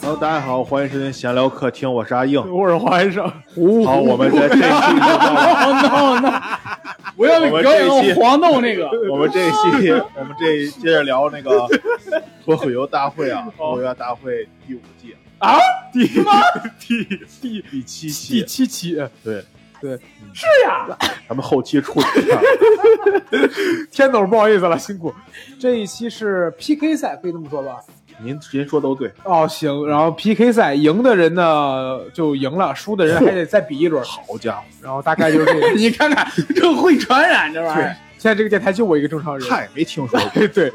Hello，大家好，欢迎收听闲聊客厅，我是阿硬。我是黄医生。好，我们在这一期就 到，哦 no no！不要我们给这一我期黄豆那个，我们这一期，我们这一接着聊那个脱口秀大会啊，脱口秀大会第五季第妈第第啊第七期第，七期，对，嗯是呀，咱们后期处理一下。天总不好意思了，辛苦。这一期是 PK 赛，可以这么说吧？您您说都对，哦，行。然后 PK 赛赢的人呢就赢了，输的人还得再比一轮。好家然后大概就是这 个。你看看，这会传染这玩意对儿。，现在这个电台就我一个正常伙，人。太没听说过， 对对，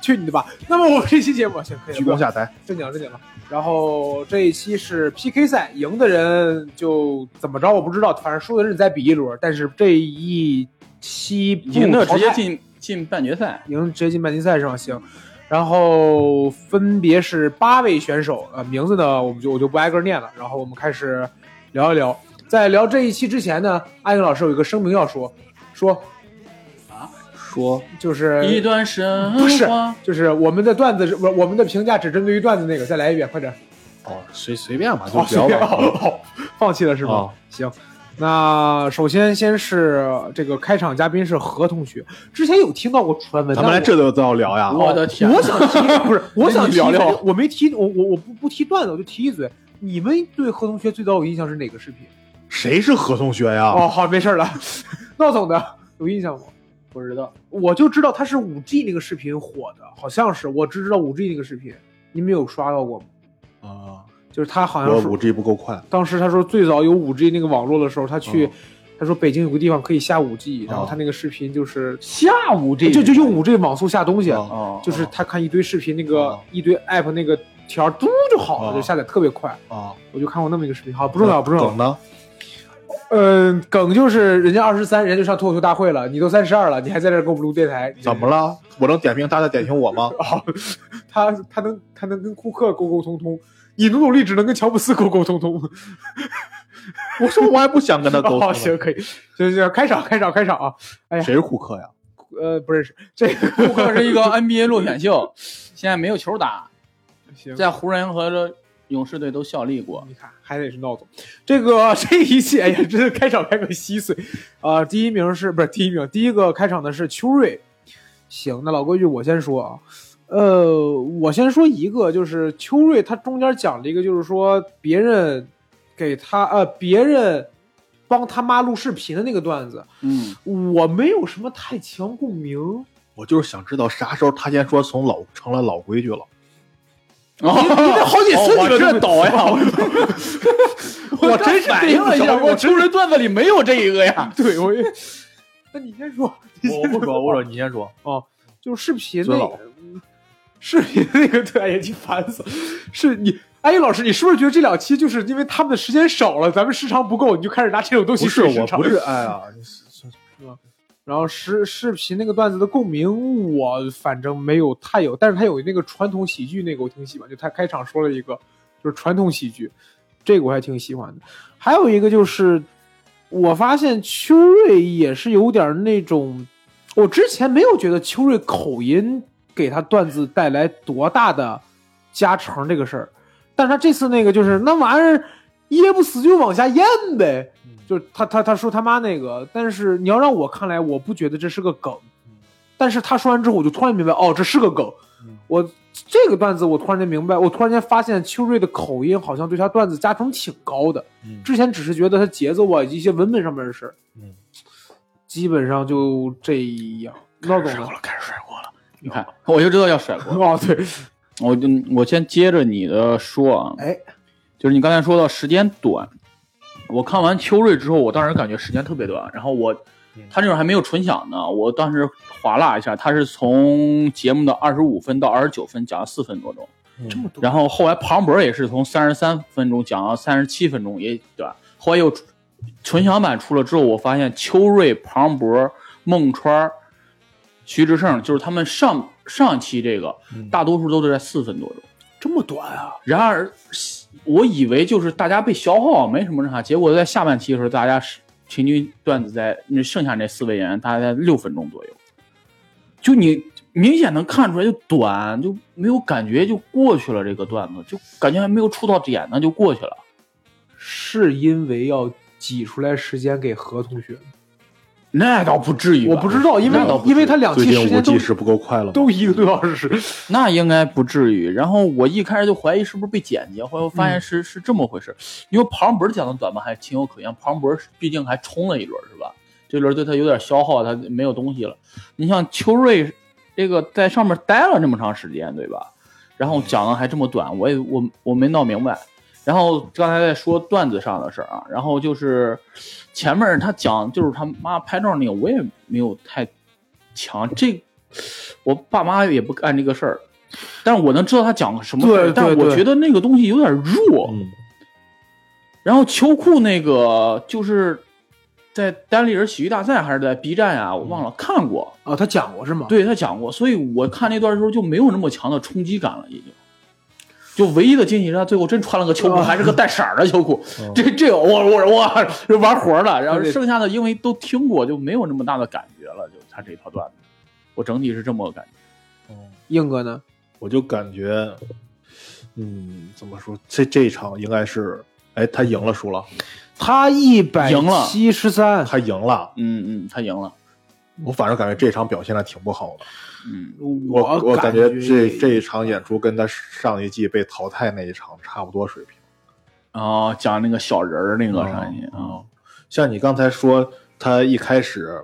去你的吧！那么我们这期节目行可以了鞠躬下台。正经了正经了。然后这一期是 PK 赛，赢的人就怎么着我不知道，反正输的人再比一轮。但是这一期不赢的淘直汰接，进进半决赛，赢直接进半决赛是吧？行。然后分别是八位选手，呃，名字呢我们就我就不挨个念了。然后我们开始聊一聊。在聊这一期之前呢，艾英老师有一个声明要说，说说就是一段神不是话。就是我们的段子是，不是我们的评价只针对于段子那个，再来一遍，快点。哦，随随便吧，就哦，聊吧。 放弃了是吗？哦行，那首先先是这个开场嘉宾是何同学，之前有听到过传闻， 咱们来但这都都要聊呀。哦我的天我，我想 提，不是我想提聊聊我没提，我我我不不提段子，我就提一嘴。你们对何同学最早有印象是哪个视频？谁是何同学呀？哦，好，没事儿了。 闹总的有印象吗？不知道，我就知道他是五 G 那个视频火的，好像是，我只知道五 G 那个视频，你们有刷到过吗？啊，就是他好像我是五 G 不够快。当时他说最早有五 G 那个网络的时候，他去、嗯他说北京有个地方可以下五 G，、然后嗯他那个视频就是下午这就就用五 G 网速下东西，嗯哦，就是他看一堆视频，那个、嗯一堆 app 那个条儿嘟就好了，嗯就下载特别快。啊，我就看过那么一个视频，好不重要不重要梗。呢？嗯，梗就是人家二十三，人家就上脱口秀大会了，你都三十二了，你还在这儿给我们录电台， 怎么？了？我能点评他，他点评我 吗？好，他他能他能跟库克沟沟通通，你努努力只能跟乔布斯沟沟通通。我说我还不想跟他沟 哦，通。行，可以，行行，开场，开场，开场啊！谁是库克呀？呃，不认识这个，库克是一个 NBA 落选秀，现在没有球打，行，在湖人和勇士队都效力过。你看还得是闹总。这个 这一期，哎呀，真的开场开个稀碎啊、呃第一名是不是第一名？第一个开场的是秋瑞。行，那老规矩，我先说啊。呃，我先说一个，就是秋瑞他中间讲了一个，就是说别人给他呃别人帮他妈录视频的那个段子， 嗯，我没有什么太强 共鸣。我就是想知道啥时候他先说从老成了老规矩了。哦，你这好几次哦你我们这抖呀，我我真是反对应不了一着下，我球人段子里没有这一个呀。对我也，那你先说，你先说，我说你先说。就是视频尊那老个， 视频那个，对，哎呀，你烦死了。是你，哎，老师，你是不是觉得这两期就是因为他们的时间少了，咱们时长不够，你就开始拿这种东西 不是，睡时我长？不是爱啊，然后视视频那个段子的共鸣，我反正没有太有，但是他有那个传统喜剧那个我挺喜欢，就他开场说了一个就是传统喜剧，这个我还挺喜欢的。还有一个就是，我发现秋瑞也是有点那种，我之前没有觉得秋瑞口音给他段子带来多大的加成这个事儿，但是他这次那个就是那玩意儿噎不死就往下咽呗，就是他他他说他妈那个，但是你要让我看来，我不觉得这是个梗嗯。但是他说完之后，我就突然明白，哦，这是个梗嗯。我这个段子，我突然间明白，哦我突然间发现秋瑞的口音好像对他段子加成挺高的。嗯之前只是觉得他节奏啊以及一些文本上面的事儿，嗯，基本上就这样。闹总呢？了，开始甩锅了。你看，我就知道要甩锅。哦，对，我就我先接着你的说啊，哎，就是你刚才说到时间短，我看完秋瑞之后，我当时感觉时间特别短。然后我嗯，他那会儿还没有纯享呢，我当时划拉一下，他是从节目的二十五分到二十九分讲了四分多钟，这么多，然后后来庞博也是从三十三分钟讲到三十七分钟，也短。后来又纯享版出了之后，我发现秋瑞、庞博、孟川儿、徐志胜，就是他们上上期这个嗯大多数都是在四分多钟。这么短啊！然而，我以为就是大家被消耗，没什么那啥。结果在下半期的时候，大家是平均段子在那剩下那四位演员，大概在六分钟左右。就你明显能看出来就短，就没有感觉就过去了。这个段子就感觉还没有触到点呢，就过去了。是因为要挤出来时间给何同学吗，那倒不至于吧，我不知道，因为那倒不因至为于他两最期近时五间都 G 是不够快了吗，都一个多小时，那应该不至于。然后我一开始就怀疑是不是被剪辑，后来我发现是、是这么回事。因为庞博讲的短吧还情有可原，庞博毕竟还冲了一轮是吧？这轮对他有点消耗，他没有东西了。你像秋瑞这个在上面待了这么长时间，对吧？然后讲的还这么短，我也我我没闹明白。然后刚才在说段子上的事儿啊，然后就是前面他讲就是他妈拍照那个，我也没有太强这，我爸妈也不干这个事儿，但是我能知道他讲什么事儿，对但对我对觉得那个东西有点弱。嗯，然后秋裤那个就是在单立人喜剧大赛还是在 B 站啊，我忘了看过，啊，他讲过是吗？，对他讲过，所以我看那段的时候就没有那么强的冲击感了，已经。就唯一的惊喜是他最后真穿了个秋裤，啊还是个带色儿的秋裤。嗯这这个我我我玩活儿了，然后对对剩下的因为都听过，就没有那么大的感觉了。就他这一套段子，我整体是这么个感觉。硬哥呢？嗯我就感觉，嗯，怎么说？这这一场应该是，哎，他赢了，输了，他一百赢了七十三，他赢了。嗯嗯，他赢了。我反正感觉这一场表现的挺不好的，嗯，我我感感觉这也这一场演出跟他上一季被淘汰那一场差不多水平。然后讲那个小人儿那个上去啊嗯哦，像你刚才说，他一开始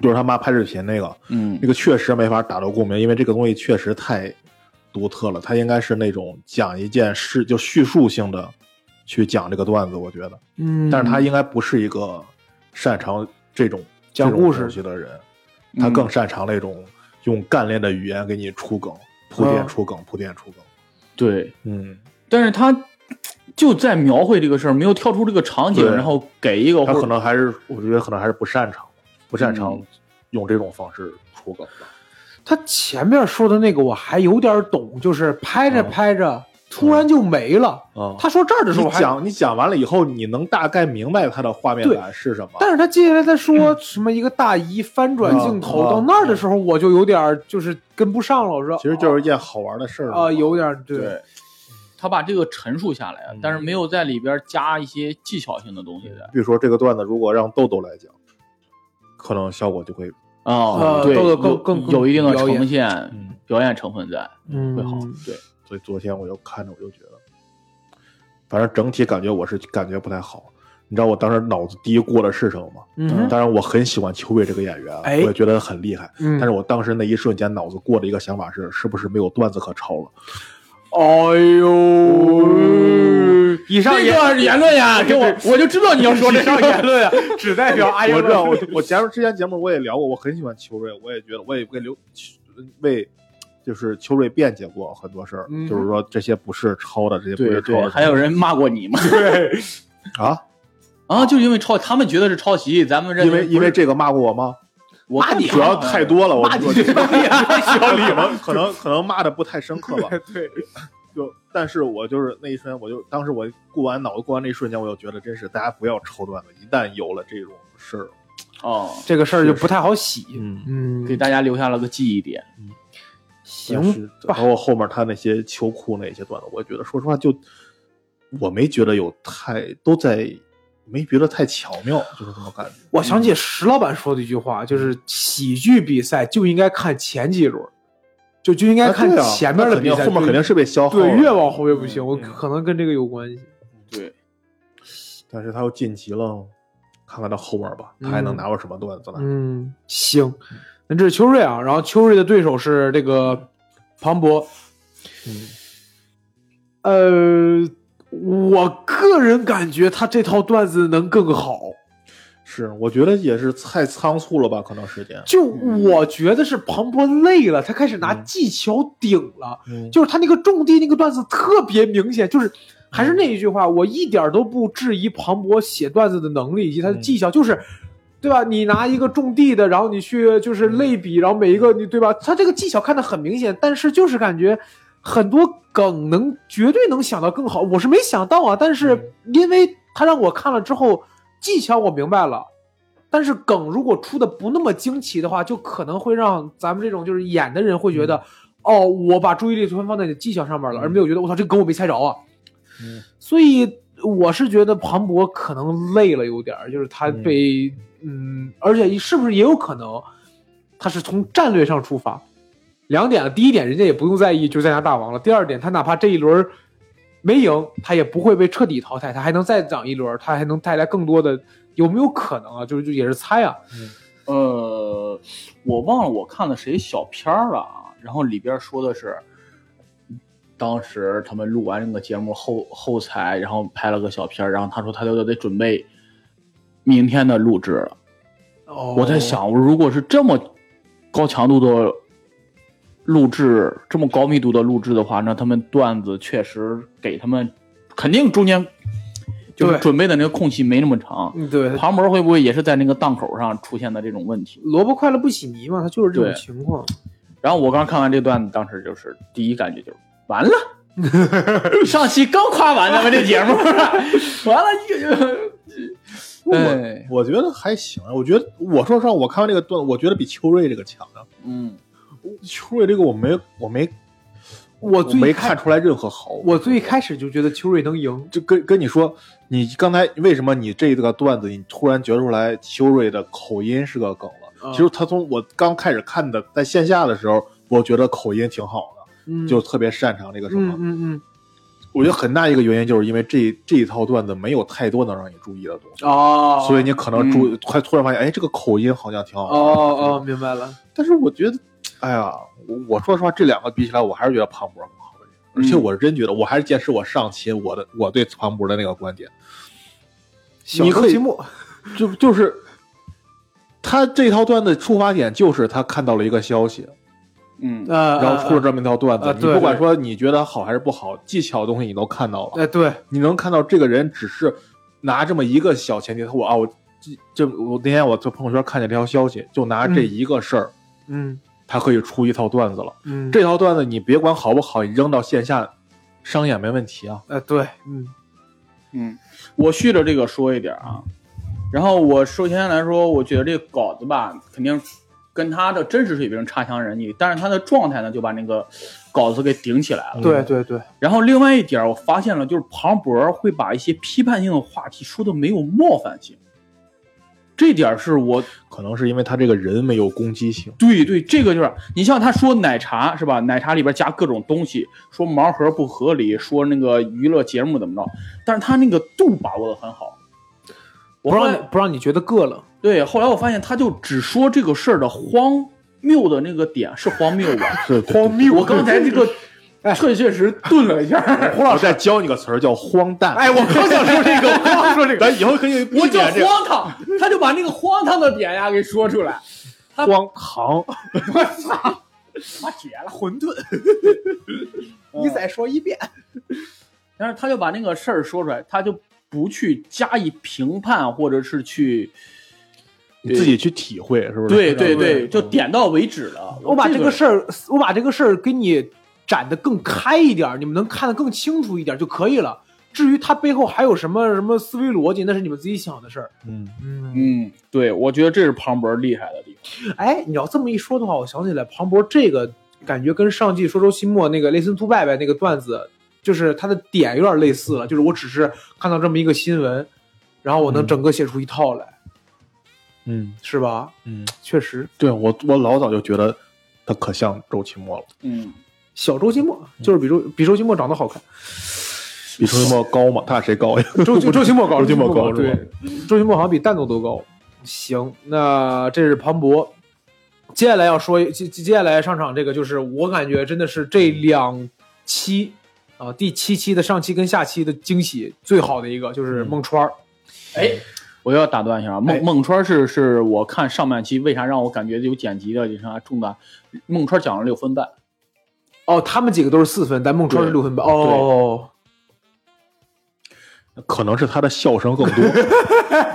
就是他妈拍视频那个，嗯那个确实没法打到共鸣，因为这个东西确实太独特了。它应该是那种讲一件事，就叙述性的去讲这个段子，我觉得。嗯，但是他应该不是一个擅长这种讲这种故事嗯东西的人，他更擅长那种用干练的语言给你出梗、铺嗯垫、出梗、铺垫、出梗。对。嗯，但是他就在描绘这个事儿，没有跳出这个场景，对然后给一个他或可能还是，我觉得可能还是不擅长，不擅长嗯用这种方式出梗吧。他前面说的那个我还有点懂，就是拍着嗯拍着突然就没了。啊、他说这儿的时候你我还，讲你讲完了以后，你能大概明白他的画面对感是什么。但是他接下来他说什么一个大姨翻转镜头嗯到那儿的时候，我就有点就是跟不上了。我说其实就是一件好玩的事儿啊，有点对对，他把这个陈述下来了啊嗯，但是没有在里边加一些技巧性的东西的。比如说这个段子，如果让豆豆来讲，可能效果就会哦，呃对，豆豆有更更更有一定的表演呈现嗯，表演成分在，嗯会好。对，所以昨天我就看着我就觉得，反正整体感觉我是感觉不太好。你知道我当时脑子第一过的是什么吗？嗯哼，当然我很喜欢秋月这个演员啊，哎我也觉得很厉害。嗯但是 我当时那一瞬间脑子过的一个想法是，是不是没有段子可抄了？哎呦，以上这个言论呀，给我我就知道你要说这以上言个。论啊， 只代表阿英我知道，老我师。我前面之前节目我也聊过，我很喜欢秋瑞，我也觉得我也为刘为就是秋瑞辩解过很多事儿，嗯就是说这些不是抄的，这些不对是抄对，的。还有人骂过你吗？啊，啊，就因为抄，他们觉得是抄袭，咱们认因为因为这个骂过我吗？我骂看主要太多了，我骂你我这个也 太小可礼了。能可能可能骂的不太深刻吧。对，就但是我就是那一瞬间，我就当时我过完脑子过完那一瞬间，我就觉得真是大家不要抄段子，一旦有了这种事儿，哦，这个事儿就不太好洗。嗯嗯给大家留下了个记忆点。但行是包吧括后面他那些秋裤那些段子，我觉得说实话就，我没觉得有太都在，没觉得太巧妙，就是这种感觉。我想嗯起石老板说的一句话，就是喜剧比赛就应该看前几轮，就就应该啊看对啊前面那的肯比定赛，后面肯定是被消耗对了对越往后越不行，嗯我嗯可能跟这个有关系。对，但是他又晋级了，看看到后面吧，他还能拿出什么段子来？嗯，行，那这是秋瑞啊，然后秋瑞的对手是这个庞博，嗯呃，我个人感觉他这套段子能更好，是，我觉得也是太仓促了吧，可能时间。就嗯我觉得是庞博累了，他开始拿嗯技巧顶了。嗯就是他那个种地那个段子特别明显，就是还是那一句话，我一点都不质疑庞博写段子的能力以及他的技巧，就是。对吧？你拿一个种地的，然后你去就是类比，然后每一个你对吧？他这个技巧看得很明显，但是就是感觉很多梗能绝对能想到更好。我是没想到啊，但是因为他让我看了之后，技巧我明白了，但是梗如果出的不那么惊奇的话，就可能会让咱们这种就是演的人会觉得，哦，我把注意力全放在你的技巧上面了，嗯而没有觉得我操这梗我没猜着啊。嗯所以我是觉得庞博可能累了有点儿，就是他被嗯而且是不是也有可能他是从战略上出发？两点啊，第一点人家也不用在意就在拿大王了，第二点他哪怕这一轮儿没赢，他也不会被彻底淘汰，他还能再涨一轮儿，他还能带来更多的，有没有可能啊？就是就也是猜啊，呃，我忘了我看了谁小片儿了啊，然后里边说的是，当时他们录完那个节目后后采，然后拍了个小片儿，然后他说他就得准备明天的录制了。哦我在，想，如果是这么高强度的录制，这么高密度的录制的话，那他们段子确实给他们肯定中间就是对准备的那个空隙没那么长。嗯，对，庞博会不会也是在那个档口上出现的这种问题？萝卜快乐不洗泥嘛，他就是这种对情况。然后我刚看完这段，当时就是第一感觉就是完了， 上期刚夸完咱们这节目，完了一个 就，哎，我觉得还行啊，我觉得我说实话，我看完这个段，我觉得比秋瑞这个强啊。嗯，秋瑞这个我没我没我我最没开看出来任何好。我最开始就觉得秋瑞能赢，就跟跟你说，你刚才为什么你这个段子你突然觉出来秋瑞的口音是个梗了？嗯其实他从我刚开始看的在线下的时候，我觉得口音挺好的，嗯，就特别擅长这个什嗯么。嗯我觉得很大一个原因就是因为这这一套段子没有太多能让你注意的东西，嗯，哦，所以你可能注还突然发现，哎，这个口音好像挺好哦玩的。哦，明白了。但是我觉得，哎呀，我我说实话，这两个比起来，我还是觉得庞博更好一点。而且嗯我是真觉得，我还是坚持我上期我的我对庞博的那个观点，小你周可以期末，就就是他这套段子出发点就是他看到了一个消息，嗯，呃，然后出了这么一套段子。呃你对不管说你觉得好还是不好，技巧东西你都看到了，呃，对，你能看到这个人只是拿这么一个小前提，他我啊我这这我那天我在朋友圈看见这条消息，就拿这嗯一个事儿，嗯他可以出一套段子了。嗯，这套段子你别管好不好，你扔到线下商演没问题啊。呃，对，嗯嗯，我续着这个说一点啊。然后我首先来说，我觉得这个稿子吧，肯定跟他的真实水平差强人意，但是他的状态呢，就把那个稿子给顶起来了。对对对，然后另外一点，我发现了，就是庞博会把一些批判性的话题说的没有冒犯性，这点是我可能是因为他这个人没有攻击 性，对对，这个就是你像他说奶茶是吧？奶茶里边加各种东西，说盲盒不合理，说那个娱乐节目怎么着，但是他那个度把握的很好。我不后让来你不让你觉得硌了，对，后来我发现他就只说这个事儿的荒谬的那个点是荒谬 吧？是荒谬。我刚才这个哎确确实顿了一下， 胡老师，我再教你个词儿叫“荒诞”。哎，我刚想说这个，我刚说这个，咱以后可以 我避叫免这个荒唐，他就把那个荒唐的点呀给说出来，他荒唐。我操，他绝了。馄饨，你再说一遍，但是他就把那个事儿说出来，他就不去加以评判，或者是去你自己去体会，是不是？对对对对，就点到为止了。我把这个个事儿，我把这个事儿给你展得更开一点儿，你们能看得更清楚一点儿就可以了。至于它背后还有什么什么思维逻辑，那是你们自己想的事儿。嗯，嗯嗯，对，我觉得这是庞博厉害的地方。哎，你要这么一说的话，我想起来庞博这个感觉跟上季说周期末那个 Listen to 拜拜那个段子，就是它的点有点类似了。就是我只是看到这么一个新闻，然后我能嗯整个写出一套来，嗯是吧？嗯，确实，对我我老早就觉得他可像周奇墨了，嗯，小周期末就是比周比周期末长得好看，比周奇墨高嘛？他俩谁高呀？ 周周周期末高， 周奇墨高是对吧，周奇墨好像比蛋总都高。行，那这是庞博。接下来要说接接接下来上场这个，就是我感觉真的是这两期啊，第七期的上期跟下期的惊喜最好的一个就是孟川儿，嗯哎，我要打断一下啊，哎孟孟川是是我看上半期为啥让我感觉有剪辑的就是啥重大，孟川讲了六分半，哦，他们几个都是四分，但孟川是对六分半。哦，可能是他的笑声更多。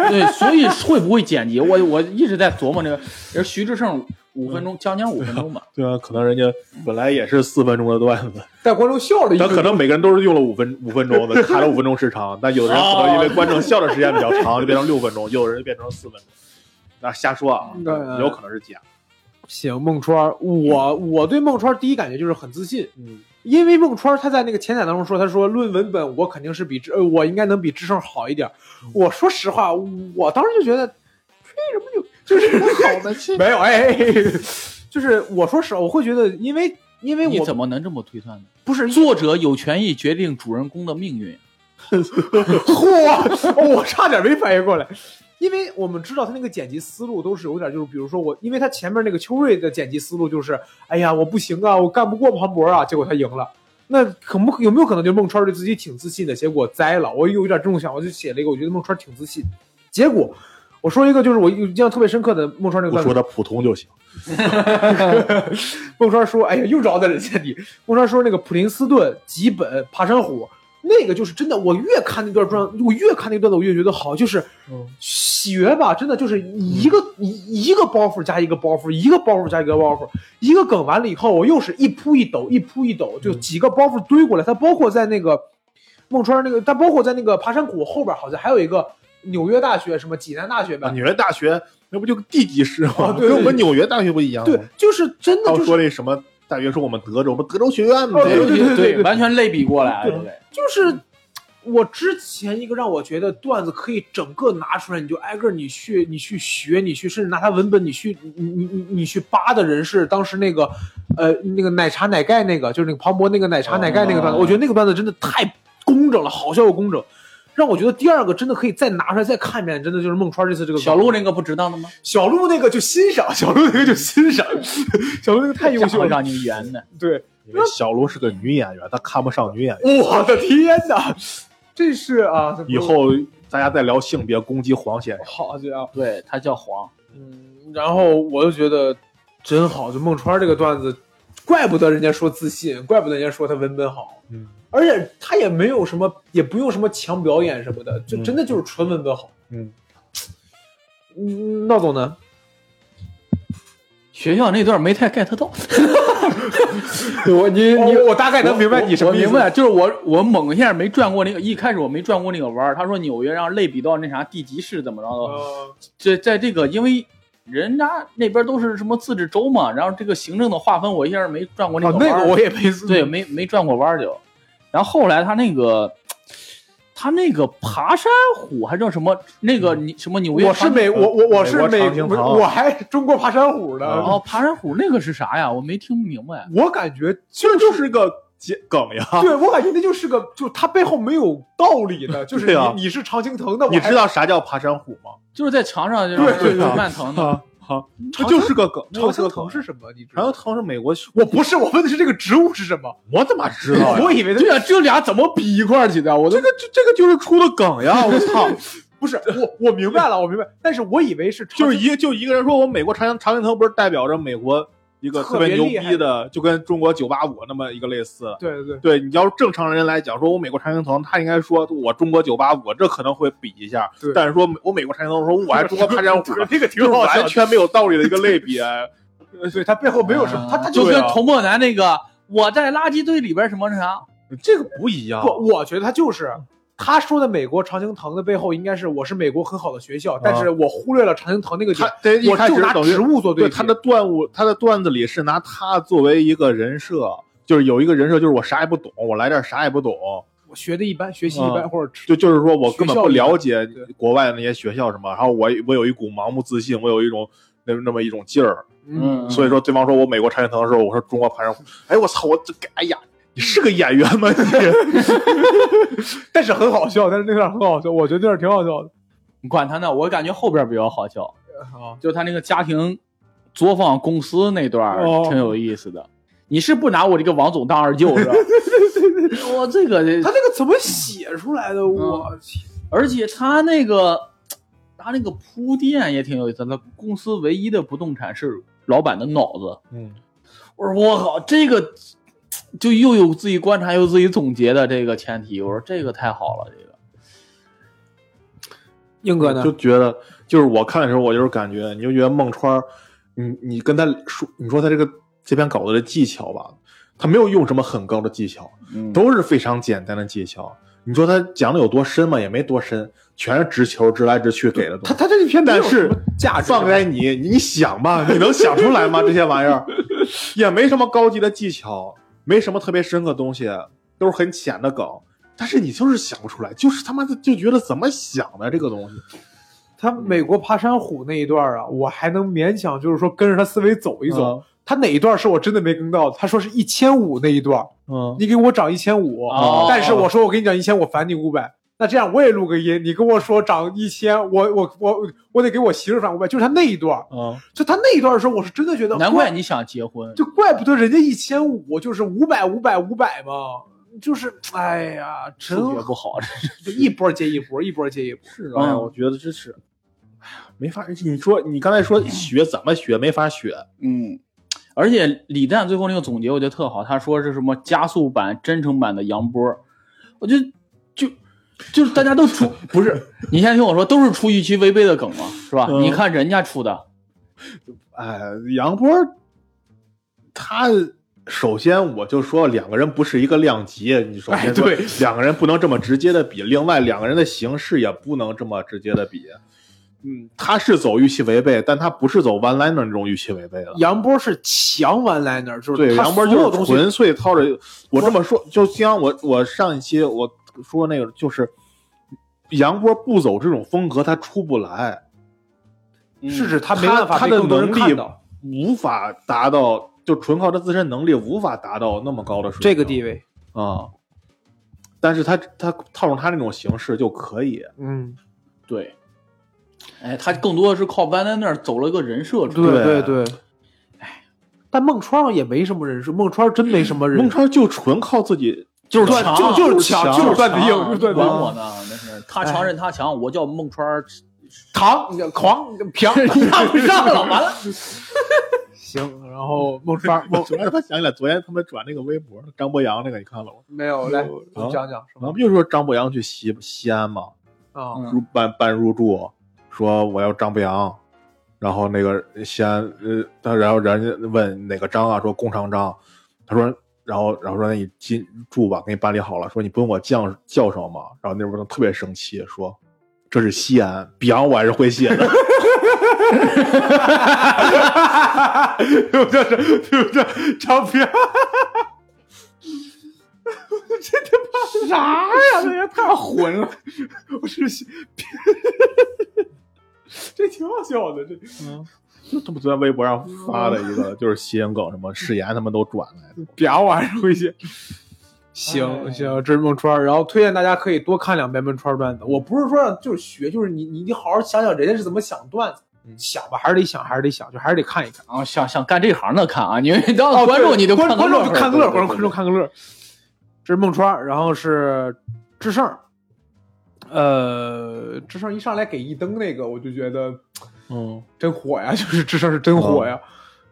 对，所以会不会剪辑？我我一直在琢磨这个。人徐志胜五分钟，嗯将近五分钟吧。对啊，可能人家本来也是四分钟的段子，带观众笑了一但可分钟。能每个人都是用了五分五分钟的，卡了五分钟时长。但有的人可能因为观众笑的时间比较长，就变成六分钟；有的人变成四分钟。那瞎说啊，嗯有可能是假。行，孟川儿，我我对孟川儿第一感觉就是很自信，嗯，因为孟川儿他在那个前讲当中说，他说论文本我肯定是比知，呃，我应该能比知胜好一点儿。我说实话，我当时就觉得吹什么牛，就是好的，没有哎，哎哎就是我说实话，我会觉得，因为因为你哎我怎么能这么推断呢？不是作者有权益决定主人公的命运。 嚯、我差点没反应过来，因为我们知道他那个剪辑思路都是有点，就是比如说我，因为他前面那个秋瑞的剪辑思路就是，哎呀，我不行啊，我干不过庞博啊，结果他赢了。那可不有没有可能就孟川对自己挺自信的，结果栽了？我有一点这种想法，我就写了一个，我觉得孟川挺自信。结果我说一个，就是我印象特别深刻的孟川那不个段子说，的普通就行。孟川说：“哎呀，又找到人家你。”孟川说：“那个普林斯顿、吉本、爬山虎，那个就是真的。我越看那段传，我越看那段子，我越觉得好，就是学吧，真的就是一个、一一个包袱加一个包袱，一个包袱加一个包袱，一个梗完了以后，我又是一铺一抖，一铺一抖，就几个包袱堆过来。它包括在那个孟川那个，它包括在那个爬山虎后边，好像还有一个纽约大学什么济南大学吧啊，。”纽约大学那不就地级市吗？啊对对跟我们纽约大学不一样吗。对，就是真的他就们是说这什么大学是我们德州，我们德州学院 哦对呗。对对对对完全类比过来了，啊对不对？就是我之前一个让我觉得段子可以整个拿出来，你就挨个你去你去学，你去甚至拿它文本你去你你你你去扒的人是当时那个呃那个奶茶奶盖那个就是那个庞博那个奶茶奶盖那个段子，哦我觉得那个段子真的太工整了，好笑又工整。让我觉得第二个真的可以再拿出来再看一遍，真的就是孟川这次这个小鹿那个不值当的吗？小鹿那个就欣赏，小鹿那个就欣赏，小鹿那个太优秀长得了，让你圆 的，对，因为小卢是个女演员，她看不上女演员。我的天哪，这是啊，这不以后大家再聊性别攻击黄先生，好家伙。对他叫黄，嗯，然后我就觉得真好，就孟川这个段子，怪不得人家说自信，怪不得人家说他文本好， 嗯，而且他也没有什么，也不用什么强表演什么的，就嗯真的就是纯文本好。嗯，嗯，闹总呢？学校那段没太 get 到。我你你哦我大概能明白你什么意思，我明白，就是我我猛一下没转过那个，一开始我没转过那个弯儿。他说纽约让类比到那啥地级市怎么着的，呃。这在这个因为。人家那边都是什么自治州嘛，然后这个行政的划分，我一下没转过那哦，个弯那儿个我也没对，没没转过弯儿就。然后后来他那个，他那个爬山虎还叫什么？那个你什么纽约嗯我长？是美，我我我是美国长，美啊青堂我还中国爬山虎呢。哦，爬山虎那个是啥呀？我没听明白。我感觉其实就是啊个结梗呀。对我感觉那就是个，就他背后没有道理的，就是你、对啊你是常青藤的，我你还知道啥叫爬山虎吗？ 就是在墙上就是对对对慢腾的，啊啊，这就是个梗，这常就是青个藤梗。是什么？你知常道青藤吗？是美国，我不是，我问的是这个植物是什么？我怎么知道呀？ 我以为它对啊，这俩怎么比一块儿去的？我都这个这这个就是出的梗呀！我 操，不是，我我明白了，我明白，但是我以为是长就是一就一个人说，我美国常青常青藤不是代表着美国一个特特别别牛厉害逼的，就跟中国九八五那么一个类似。对对对，对，你要是正常人来讲，说我美国常青藤，他应该说我中国九八五，这可能会比一下对。但是说我美国常青藤，说我还 中国爬山虎，这个这挺是好笑完的，全没有道理的一个类比。对他背后没有什么，他他就对跟啊童漠男那个我在垃圾堆里边什么那啥， 这个不一样不，我觉得他就是。他说的美国常青藤的背后，应该是我是美国很好的学校，但是我忽略了常青藤那个点他，对一我开就始拿等植于哦物做对比。他的段物，他的段子里是拿他作为一个人设，就是有一个人设，就是我啥也不懂，我来这儿啥也不懂，我学的一般，学习一般，嗯或者吃就就是说我根本不了解校里对国外那些学校什么，然后我我有一股盲目自信，我有一种那那么一种劲儿，嗯所以说对方说我美国常青藤的时候，我说中国爬山虎，哎我操，我这个哎呀，你是个演员吗你？ 但是很好笑，但是那段很好笑，我觉得那段挺好笑的。你管他呢，我感觉后边比较好笑，啊，就他那个家庭作坊公司那段儿哦挺有意思的。你是不拿我这个王总当二舅是吧？ 我这个这他那个怎么写出来的？我天，而且他那个他那个铺垫也挺有意思的。他公司唯一的不动产是老板的脑子。嗯，我说我靠，这个就又有自己观察又自己总结的这个前提，我说这个太好了，这个硬哥呢？就觉得就是我看的时候，我就是感觉，你就觉得孟川儿，你你跟他说，你说他这个这篇稿子的技巧吧，他没有用什么很高的技巧，嗯都是非常简单的技巧。你说他讲的有多深吗？也没多深，全是直球直来直去给的东他西。他这一片但是价值放开你，你想吧，你能想出来吗？这些玩意儿也没什么高级的技巧，没什么特别深刻的东西，都是很浅的梗。但是你就是想不出来，就是他妈的就觉得怎么想的这个东西。他美国爬山虎那一段啊，我还能勉强就是说跟着他思维走一走。啊嗯他哪一段是我真的没跟到的？他说是一千五那一段，嗯，你给我涨一千五哦，但是我说我给你涨一千，我返你五百。那这样我也录个音，你跟我说涨一千，我我我我得给我媳妇返五百，就是他那一段，嗯，就他那一段的时候，我是真的觉得，难怪你想结婚。就怪不得人家一千五就是五百五百五百嘛，就是哎呀，真数学不好，就一波接一波，一波接一波。嗯是啊，我觉得这是，哎呀，没法。你说你刚才说学怎么学，没法学。嗯，而且李诞最后那个总结我觉得特好，他说是什么加速版、真诚版的杨波，我觉得就就是大家都出不是，你先听我说，都是出预期违背的梗嘛，是吧？嗯你看人家出的，哎，杨波，他首先我就说两个人不是一个量级，你首哎先说对两个人不能这么直接的比，另外两个人的形式也不能这么直接的比。嗯，他是走预期违背，但他不是走 one liner 那种预期违背了。杨波是强完 liner，就是对，他杨波所有就是东西纯粹掏着。我这么说，就像我我上一期我说那个，就是杨波不走这种风格，他出不来。嗯嗯是指他没他办法嗯他被的更多人能力看到无法达到，就纯靠他自身能力无法达到那么高的水平这个地位。啊、但是他他套用他那种形式就可以，嗯，对，哎，他更多的是靠弯在那儿走了个人设出来。对对啊对。哎但孟川也没什么人设，孟川真没什么人孟设。川就纯靠自己，就是断强，就就是强啊就就是是段子硬强就是段子硬管我呢，那是他强任他强，我叫孟川儿，唐狂 平让不让了？完了，行，然后孟 川孟我突然他妈想起来，昨天他们转那个微博，张博洋那个你看了吗？没有啊来，你讲讲什然后么不就说张博洋去西西安嘛，啊？嗯入办办入住，说我要张博洋，然后那个西安呃，他然后人家问哪个张啊，说工长张，他说，然后然后说那你进住吧，给你办理好了，说你不用我叫叫上吗？然后那边特别生气，说这是西安，比昂我还是会写的， 对不对？对不对？张平，这他妈啥呀？这也太混了！ 我是想这挺好笑的，这嗯就 他们昨天微博上发了一个就是西安梗，什么誓言他们都转来的，表我还是会写。哎行行，这是孟川儿，然后推荐大家可以多看两遍孟川儿段子。我不是说让就是学，就是你你你好好想想人家是怎么想段子，想吧，还是得想，还是得想，就还是得看一看。啊，想想干这行的看啊，你你当观众你就哦观看个观乐众呵就看个乐，观众观众对看个乐。这是孟川儿，然后是智胜儿，呃，智胜儿一上来给一灯那个，我就觉得嗯，真火呀， 就是智胜是真火呀。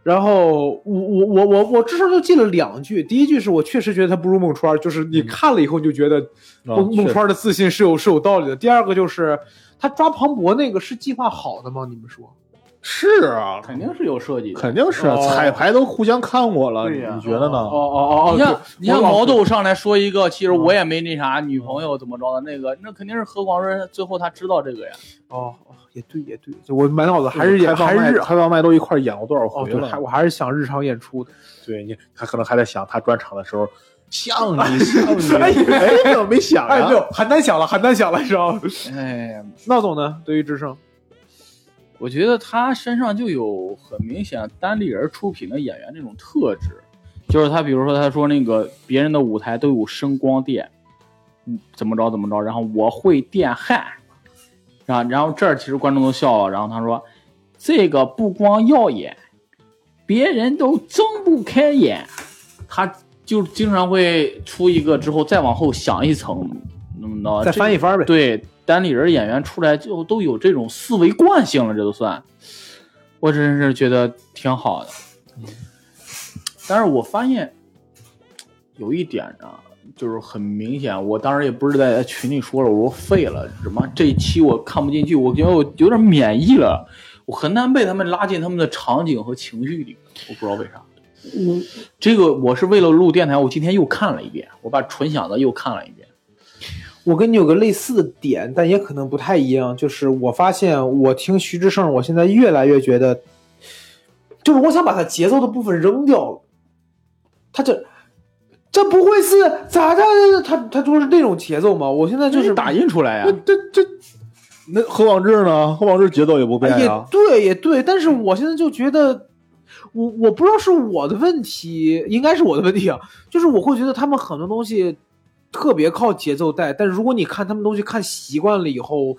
然后我我我我我智胜就记了两句，第一句是我确实觉得他不如孟川儿，就是你看了以后你就觉得嗯啊孟孟确实川儿的自信是有是有道理的。第二个就是他抓庞博那个是计划好的吗？你们说？是啊，肯定是有设计的。肯定是啊哦彩排都互相看过了，对呀你觉得呢？哦哦哦，你对看，你看我老毛豆上来说一个，其实嗯我也没那啥女朋友怎么着的，那个那肯定是何广润最后他知道这个呀。哦，哦也对也对，就我满脑子还是也开放还麦是日开放麦都一块演过多少哦，回对，了？啊还我还是想日常演出的。对你，他可能还在想他专场的时候，像 你像你，哎哎，怎么没想哎，没呀？有，邯郸响了，邯郸响了，你知道吗？哎，闹总呢？对于智胜，我觉得他身上就有很明显单立人出品的演员那种特质，就是他比如说他说那个别人的舞台都有声光电，嗯，怎么着怎么着，然后我会电焊，然后然后这儿其实观众都笑了，然后他说这个不光耀眼，别人都睁不开眼，他就经常会出一个之后再往后想一层，那么着再啊这翻一 翻呗。对，单立人演员出来就都有这种思维惯性了，这都算。我真是觉得挺好的。但是我发现有一点呢、就是很明显，我当时也不是在群里说了，我说废了，什么这一期我看不进去，我觉得我有点免疫了，我很难被他们拉进他们的场景和情绪里，我不知道为啥。这个我是为了录电台，我今天又看了一遍，我把纯想的又看了一遍。我跟你有个类似的点，但也可能不太一样。就是我发现，我听徐志胜，我现在越来越觉得，就是我想把他节奏的部分扔掉了。他这这不会是咋的？他他就是那种节奏吗？我现在就这是是打印出来呀、这这这那何广智呢？何广智节奏也不变呀、也对，也对，但是我现在就觉得，我我不知道是我的问题，应该是我的问题啊，就是我会觉得他们很多东西特别靠节奏带，但是如果你看他们东西看习惯了以后，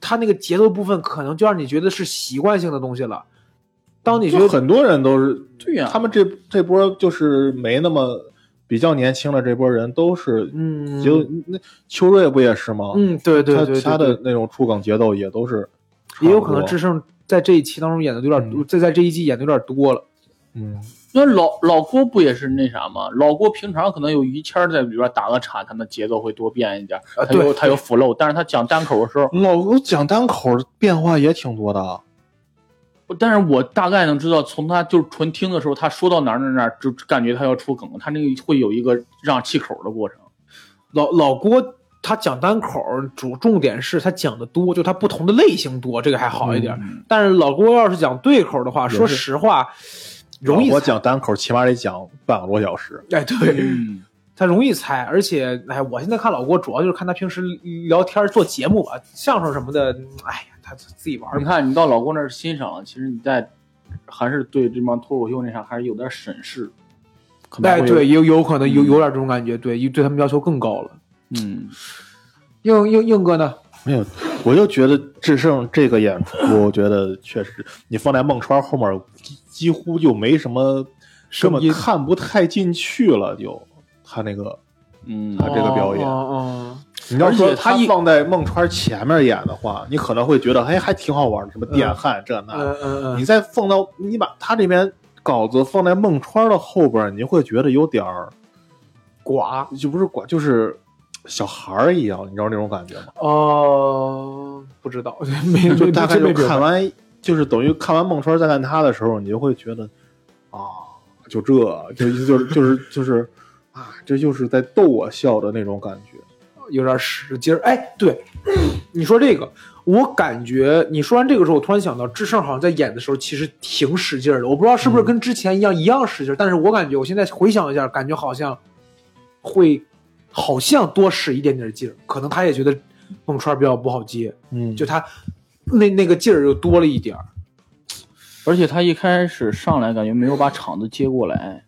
他那个节奏部分可能就让你觉得是习惯性的东西了。当你觉就得很多人都是，对哎呀、他们这这波就是没那么比较年轻的这波人都是，嗯，就那秋瑞不也是吗？嗯，对对对对对，他他的那种触梗节奏也都是差不多，也有可能智胜在这一期当中演的有点多，在、在这一季演的有点多了。嗯，因为老老郭不也是那啥吗？老郭平常可能有于谦儿在里边打个岔，他的节奏会多变一点，啊他有对他有 flow，但是他讲单口的时候，老吴讲单口变化也挺多的，啊但是我大概能知道，从他就是纯听的时候，他说到哪儿哪儿哪儿，就感觉他要出梗，他那个会有一个让气口的过程。老老郭他讲单口儿主重点是他讲的多，就他不同的类型多，这个还好一点儿。嗯但是老郭要是讲对口儿的话，嗯也是说实话，容易我猜讲单口起码得讲半个多小时，哎，对嗯，他容易猜，而且哎，我现在看老郭主要就是看他平时聊天儿做节目吧，相声什么的，哎呀，他自己玩嗯儿你吧。看你到老郭那儿欣赏，其实你在还是对这帮脱口秀那啥还是有点审视，可能哎，会有对，，有有可嗯能有有点这种感觉，对，对他们要求更高了。嗯，硬硬硬哥呢？没有，我就觉得智胜这个演出，我觉得确实，你放在孟川后面几几乎就没什么，根声音本看不太进去了，就他那个。嗯，他这个表演哦哦你要说而且他他一放在孟川前面演的话，你可能会觉得哎还挺好玩的，什么电焊这哦那。嗯嗯嗯，啊你再放到你把他这边稿子放在孟川的后边，你会觉得有点儿寡就不是管就是小孩儿一样，你知道那种感觉吗？哦，不知道， 没就大概没就没明白看完，就是等于看完孟川再看他的时候，你就会觉得啊，就这就就就是就是就是啊，这就是在逗我笑的那种感觉。有点使劲儿。哎，对， 你说这个，我感觉你说完这个时候，我突然想到，智胜好像在演的时候其实挺使劲儿的，我不知道嗯是不是跟之前一样、一样使劲儿，但是我感觉我现在回想一下，感觉好像会好像多使一点点劲儿，可能他也觉得孟川比较不好接，嗯，就他那那个劲儿又多了一点儿。而且他一开始上来感觉没有把场子接过来，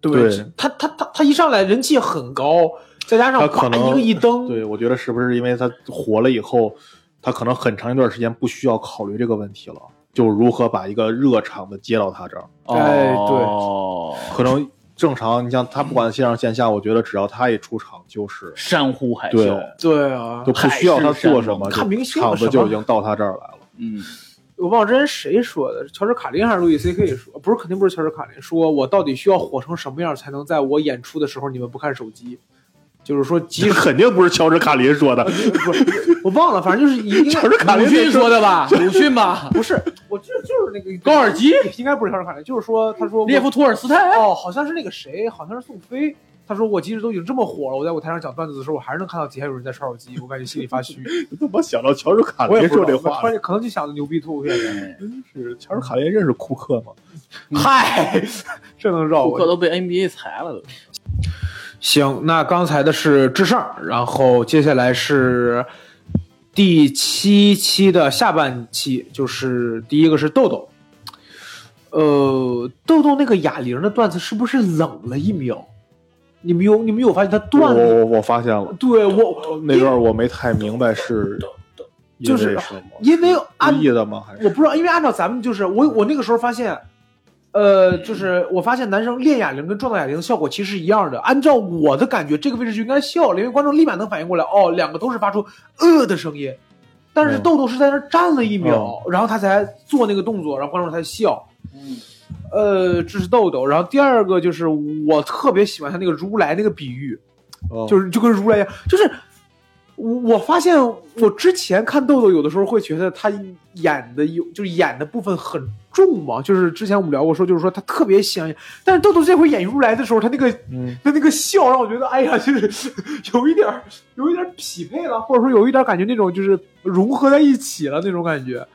对对他他他他一上来人气很高，再加上他可啪能一个一蹬，对，我觉得是不是因为他火了以后，他可能很长一段时间不需要考虑这个问题了，就如何把一个热场的接到他这儿。哎哦，可能正常，你像他不管线上线下，我觉得只要他一出场就是山呼海对啸，对啊，都不需要他做什么，看明星场了子什就么已经到他这儿来了。嗯，我忘了之前谁说的，乔治卡林还是路易 C K 说，不是肯定不是乔治卡林说，我到底需要火成什么样才能在我演出的时候你们不看手机？就是说，即这使肯定不是乔治卡林说的，不是我忘了，反正就是一定乔治卡鲁林迅说说的 吧，鲁迅吧，不是，我就就是那个高尔基，应该不是乔治卡林，就是说他说我列夫托尔斯泰，哦，好像是那个谁，好像是宋飞。他说：“我即使都已经这么火了，我在舞台上讲段子的时候，我还是能看到底下有人在刷手机，我感觉心里 发虚。你 怎么想到乔治卡我也林不知说道这我话哎突？然可能就想着牛逼脱口秀演员，是乔治卡林认识库克吗？嗨， 这能绕库我克都被 NBA 裁了都。行，那刚才的是智胜，然后接下来是第七期的下半期，就是第一个是豆豆。呃，豆豆那个哑铃的段子是不是冷了一秒？你们有你们有发现他我断了？我我发现了，对我那段我没太明白是因就为是什么，因为按故意的吗？还是我不知道，因为按照咱们就是我我那个时候发现，呃，就是我发现男生练哑铃跟撞到哑铃的效果其实是一样的。按照我的感觉，这个位置就应该笑了，因为观众立马能反应过来，哦，两个都是发出呃的声音，但是嗯豆豆是在那儿站了一秒，然后他才做那个动作，然后观众才笑。嗯呃，这是豆豆。然后第二个就是我特别喜欢他那个如来那个比喻，哦就是就跟如来一样，就是我我发现我之前看豆豆有的时候会觉得他演的有就是演的部分很重嘛，就是之前我们聊过说就是说他特别想演，但是豆豆这回演出来的时候，他那个嗯，他那个笑让我觉得哎呀，就是 有一点儿有一点儿匹配了，或者说有一点儿感觉那种就是融合在一起了那种感觉。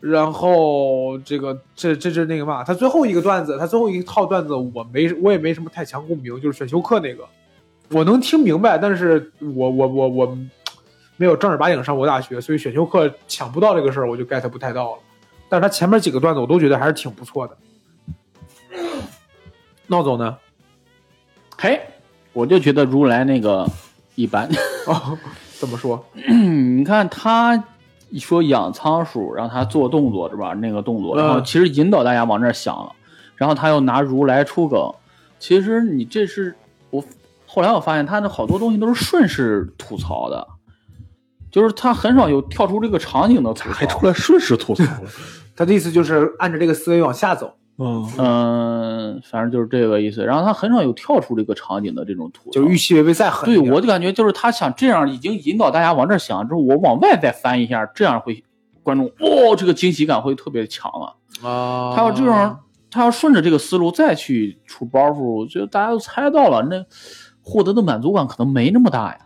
然后这个这这是那个嘛，他最后一个段子，他最后一套段子我没我也没什么太强共鸣，就是选修课那个，我能听明白，但是我我我我没有正儿八经上过大学，所以选修课抢不到这个事儿，我就 get 不太到了。但是他前面几个段子我都觉得还是挺不错的。闹总呢？嘿，我就觉得如来那个一般。 哦，怎么说？嗯你看他一说养仓鼠，让他做动作是吧？那个动作，嗯然后其实引导大家往那儿想了，然后他又拿如来出梗。其实你这是我后来我发现他的好多东西都是顺势吐槽的，就是他很少有跳出这个场景的吐还槽。出来顺势吐槽了，他的意思就是按照这个思维往下走， 嗯，嗯、反正就是这个意思。然后他很少有跳出这个场景的这种吐槽。就是预期违背再狠一对，点。我就感觉就是他想这样，已经引导大家往这儿想之后，我往外再翻一下，这样会观众哦，这个惊喜感会特别强了。啊，他要这样，他要顺着这个思路再去出包袱，我觉得大家都猜到了，那获得的满足感可能没那么大呀。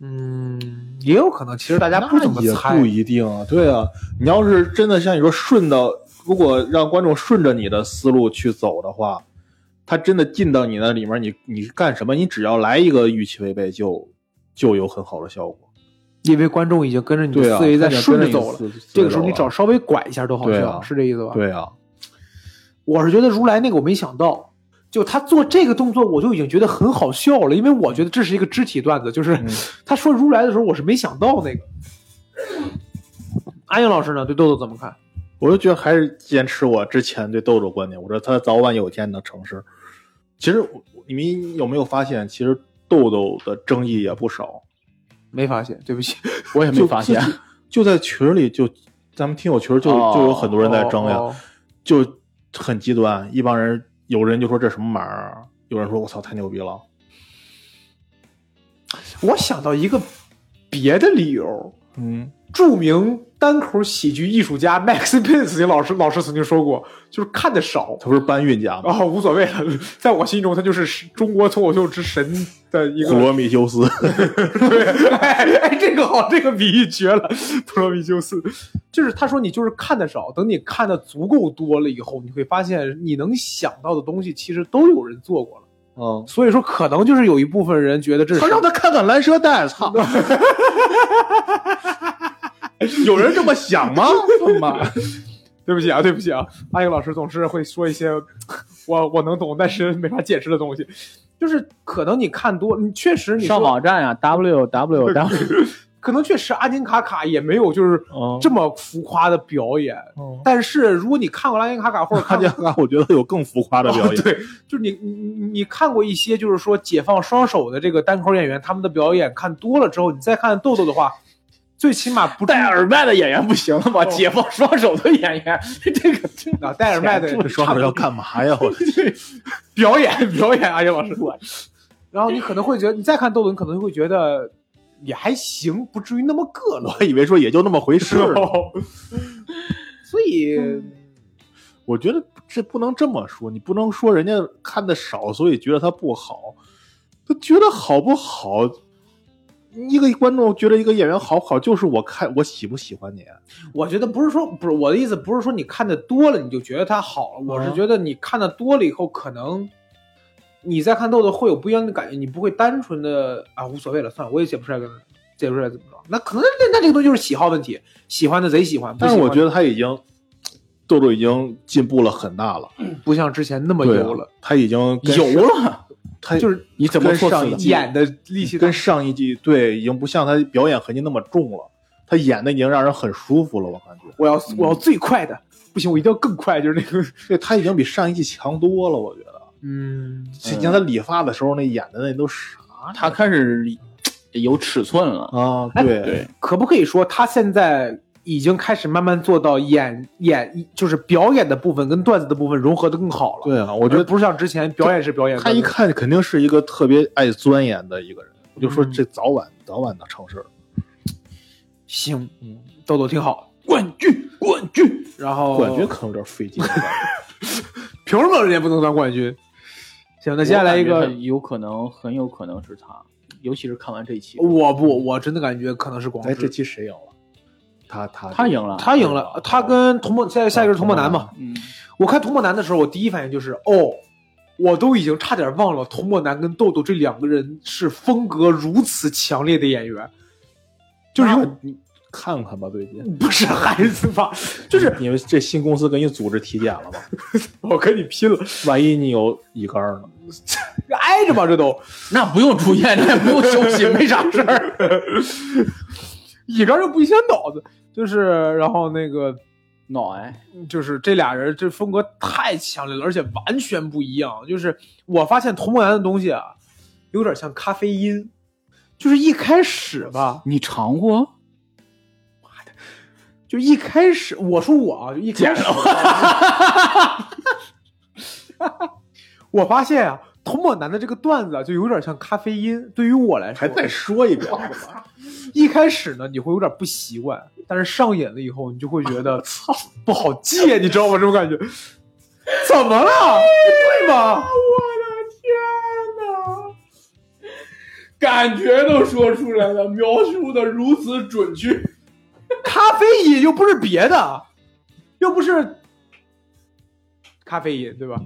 嗯，也有可能，其实大家不怎么也猜不。一定啊。对啊，你要是真的像你说顺到，如果让观众顺着你的思路去走的话，他真的进到你那里面，你你干什么？你只要来一个预期违背就，就有很好的效果。因为观众已经跟着你对的啊，思维在他想顺跟着你走了，思，思这个时候走你了找稍微拐一下都好对笑，啊是这意思吧？，对啊，我是觉得如来那个我没想到。就他做这个动作，我就已经觉得很好笑了，因为我觉得这是一个肢体段子。就是嗯他说如来的时候，我是没想到那个。安英老师呢，对豆豆怎么看？我就觉得还是坚持我之前对豆豆观点，我觉得他早晚有一天能成事。其实我你们有没有发现，其实豆豆的争议也不少，没发现，对不起。我也没就发现，自己就在群里就咱们听友群就、哦就有很多人在争呀，哦哦就很极端，一帮人有人就说这什么玩意儿，有人说我操太牛逼了，我想到一个别的理由，嗯，著名单口喜剧艺术家 Max p i n s 老师老师曾经说过，就是看的少他不是搬运家吗？啊、无所谓了。 在我心中，他就是中国脱口秀之神的一普个。罗米修斯， 对，哎哎，这个好，这个比喻绝了， 普罗米修斯。就是他说你就是看的少，等你看的足够多了以后，你会发现你能想到的东西其实都有人做过了。嗯，所以说，可能就是有一部分人觉得这是他让他看看蓝蛇带，操！有人这么想吗？他妈！对不起啊，对不起啊，阿英老师总是会说一些 我我能懂，但是没法解释的东西。就是可能你看多，你确实你说上，网站呀、w w w，可能确实阿金卡卡也没有就是哦这么浮夸的表演。哦但是如果你看过阿金卡卡或 者 他看家见我觉得有更浮夸的表演。对，就是你你你你看过一些就是说解放双手的这个单口演员他们的表演，看多了之后，你再看豆豆的话，最起码不戴耳麦的演员不行了哦吧？解放双手的演员， 这个真啊戴尔麦的这双手要干嘛呀？我表演表演，阿英老师我。然后你可能会觉得，你再看豆豆，你可能会觉得也还行，不至于那么膈我了。还以为说也就那么回事儿呢。所以，我觉得这不能这么说，你不能说人家看的少，所以觉得他不好。他觉得好不好？一个观众觉得一个演员好不好，就是我看我喜不喜欢你。啊我觉得不是说不是我的意思，不是说你看的多了你就觉得它好了。我是觉得你看的多了以后，可能你再看豆豆会有不一样的感觉，你不会单纯的啊无所谓了，算了，我也解不出来跟解不出来怎么着。那可能那那这个东西就是喜好问题，喜欢的贼喜欢，不但喜是欢我觉得他已经豆豆已经进步了很大了，不像之前那么对啊油了，，他已经跟有了，他就是你怎么跟说上死一的季演的力气大跟上一季对已经不像他表演痕迹那么重了，他演的已经让人很舒服了，我感觉。我要我要最快的，不行，我一定要更快，就是那个，对他已经比上一季强多了，我觉得。嗯，你像他理发的时候那演的那都啥他开始有尺寸了。啊？哎对，对，可不可以说他现在已经开始慢慢做到演演就是表演的部分跟段子的部分融合的更好了？，对啊，我我觉得不是像之前表演是表演，他一看肯定是一个特别爱钻研的一个人。我就说嗯哦这早晚、早晚能成事儿。行，嗯豆豆挺好，冠军，冠军，然后冠军可能有点费 劲。凭什么人家不能当冠军？行，那接下来一我个感觉，他有可能，很有可能是他，尤其是看完这一期，我不，我真的感觉可能是广哎，这智，期谁赢了？他他他赢了，他赢了，他跟童梦，下下一个是童梦楠嘛。嗯，我看童梦楠的时候，我第一反应就是，哦，我都已经差点忘了童梦楠跟豆豆这两个人是风格如此强烈的演员，就是因为那你看看吧，最近不是孩子吧， 就是你们这新公司跟你组织体检了吗？我跟你拼了，万一你有乙肝呢？挨着吧，这都。那不用住院，那也不用休息，没啥事儿。一根儿就不一些脑子，就是然后那个脑癌，就是这俩人这风格太强烈了，而且完全不一样。就是我发现童梦楠的东西啊，有点像咖啡因，就是一开始吧，你尝过？就一开始我说我啊，就一开始， 我发现啊，童梦楠的这个段子啊，就有点像咖啡因，对于我来说，还再说一遍，一开始呢，你会有点不习惯，但是上瘾了以后，你就会觉得 操不好戒，你知道吗？这种感觉，怎么了？不对吗？感觉都说出来了，描述的如此准 确。咖啡因又不是别的，又不是咖啡因，对吧？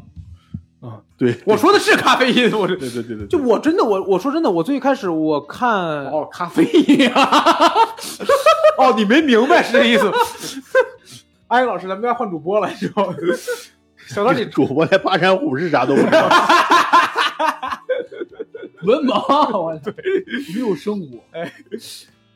啊，对，我说的是咖啡因，我对是对对对，就我真的我我说真的，我最开始我看哦，咖啡因啊！ 哦，你没明白是这意思 吗。阿英老师，咱们该换主播了，你知道吗？想到你主播连八山虎是啥都不知道。 文盲，我操，没有生活。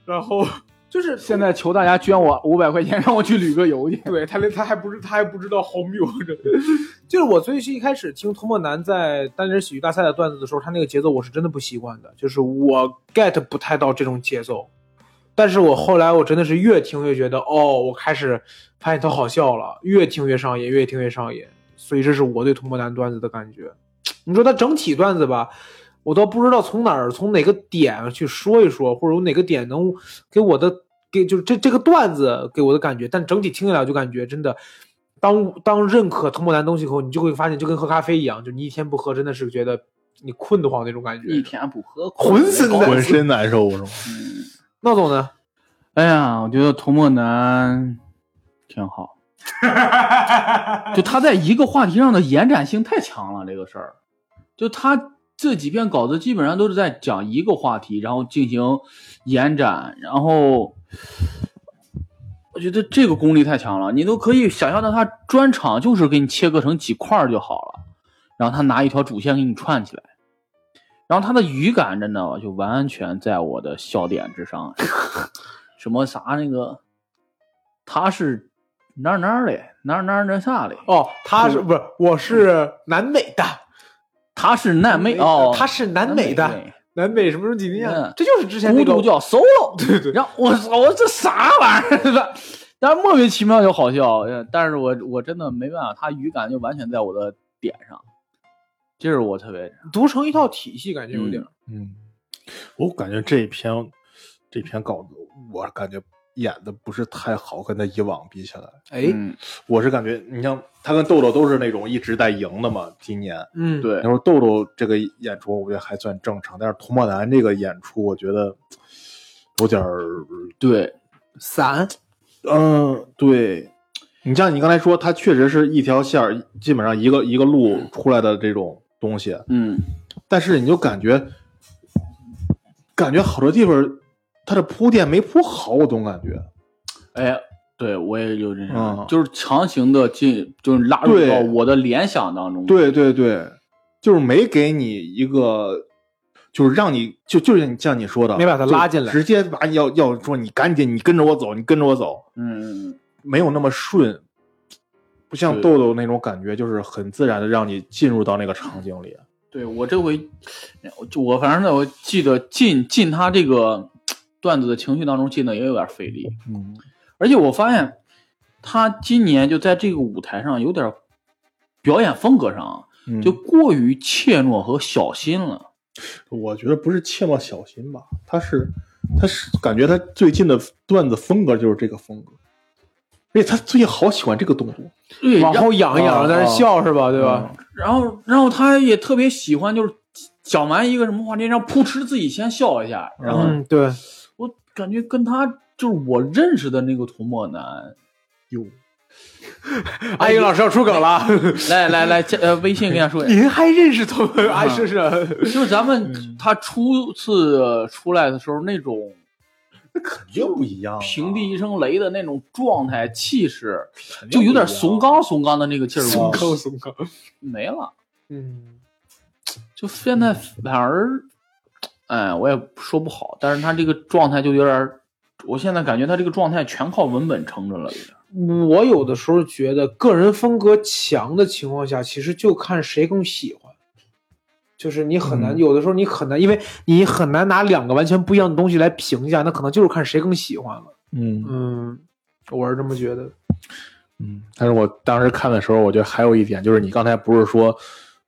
然后 就 是现在求大家捐我五百块钱，让我去旅个游去。对他连他还不是他还不知道荒谬，真的。 就是我最一开始听童梦楠在单人喜剧大赛的段子的时候，他那个节奏我是真的不习惯的，就是我 get 不太到这种节奏。但是我后来我真的是越听越觉得，哦，我开始发现他好笑了，越听越上瘾，越听越上瘾。所以这是我对童梦楠段子的感觉。你说他整体段子吧，我倒不知道从哪儿从哪个点去说一说，或者有哪个点能给我的给就是这这个段子给我的感觉，但整体听下来我就感觉真的，当当认可童梦楠东西以后，你就会发现就跟喝咖啡一样，就你一天不喝真的是觉得你困得慌那种感觉。一天不 喝，浑身难受浑身难受是吗？嗯闹总呢？哎呀，我觉得童漠男挺 好，就他在一个话题上的延展性太强了，这个事儿，就他这几篇稿子基本上都是在讲一个话题，然后进行延展，然后我觉得这个功力太强了，你都可以想象到他专场就是给你切割成几块儿就好了，然后他拿一条主线给你串起来。然后他的语感真的就完全在我的笑点之上， 什么啥那个，他是哪儿哪儿的，哪儿哪儿那啥的，哦，他嗯是不是我是南美的，他是南美哦，他是南美的，南美什么什么几尼亚嗯，这就是之对前那孤个独叫 solo，对 对然后我操，我这啥玩意儿吧？ 但是莫名其妙就好笑，呃但是我我真的没办法，他语感就完全在我的点上，这是我特别读成一套体系，感觉有点儿。嗯，我感觉这一篇这篇稿子，我感觉演的不是太好，跟他以往比起来，哎，嗯我是感觉你像他跟豆豆都是那种一直在赢的嘛，今年。嗯，对那时候豆豆这个演出，我觉得还算正常，但是童漠男这个演出，我觉得有点儿，对，散，嗯，对。你像你刚才说，他确实是一条线儿，基本上一个一个路出来的这种东西，嗯但是你就感觉，感觉好多地方它的铺垫没铺好，我总感觉。哎，对我也有这种，嗯就是强行的进，就是拉入对到我的联想当中。，对对对，就是没给你一个，就是让你就就是你像你说的，没把它就拉进来直接把你要要说你赶紧你跟着我走，你跟着我走，嗯，嗯没有那么顺，不像对豆豆那种感觉，就是很自然的让你进入到那个场景里。对我这回，我就我反正呢，我记得进进他这个段子的情绪当中进的也有点费力，嗯，而且我发现他今年就在这个舞台上有点表演风格上啊嗯嗯就过于怯懦和小心了。我觉得不是怯懦小心吧，他是他是感觉他最近的段子风格就是这个风格，而且他最近好喜欢这个动作，嗯对，往然后后仰一仰，啊在那笑是吧？对吧？然后然后他也特别喜欢，就是讲完一个什么话题，然后扑哧自己先笑一下，然后嗯，对，我感觉跟他就是我认识的那个涂抹男，有阿英老师要出梗了，来来来，加呃，微信跟他说一下，您还认识他们？哎，是是，就是咱嗯们他初次出来的时候那种那肯定不一样、啊平地一声雷的那种状态气势，肯定就不一样啊有哦点怂，刚怂刚的那个劲儿，怂刚坑怂坑，没了。嗯，就现在反而，哎，我也说不好，但是他这个状态就有点儿，我现在感觉他这个状态全靠文本撑着了，有点儿。嗯我有的时候觉得，个人风格强的情况下，其实就看谁更喜欢。就是你很难，嗯有的时候你很难，因为你很难拿两个完全不一样的东西来评价，那可能就是看谁更喜欢了。嗯嗯，我是这么觉得。嗯。但是我当时看的时候，我觉得还有一点就是，你刚才不是说，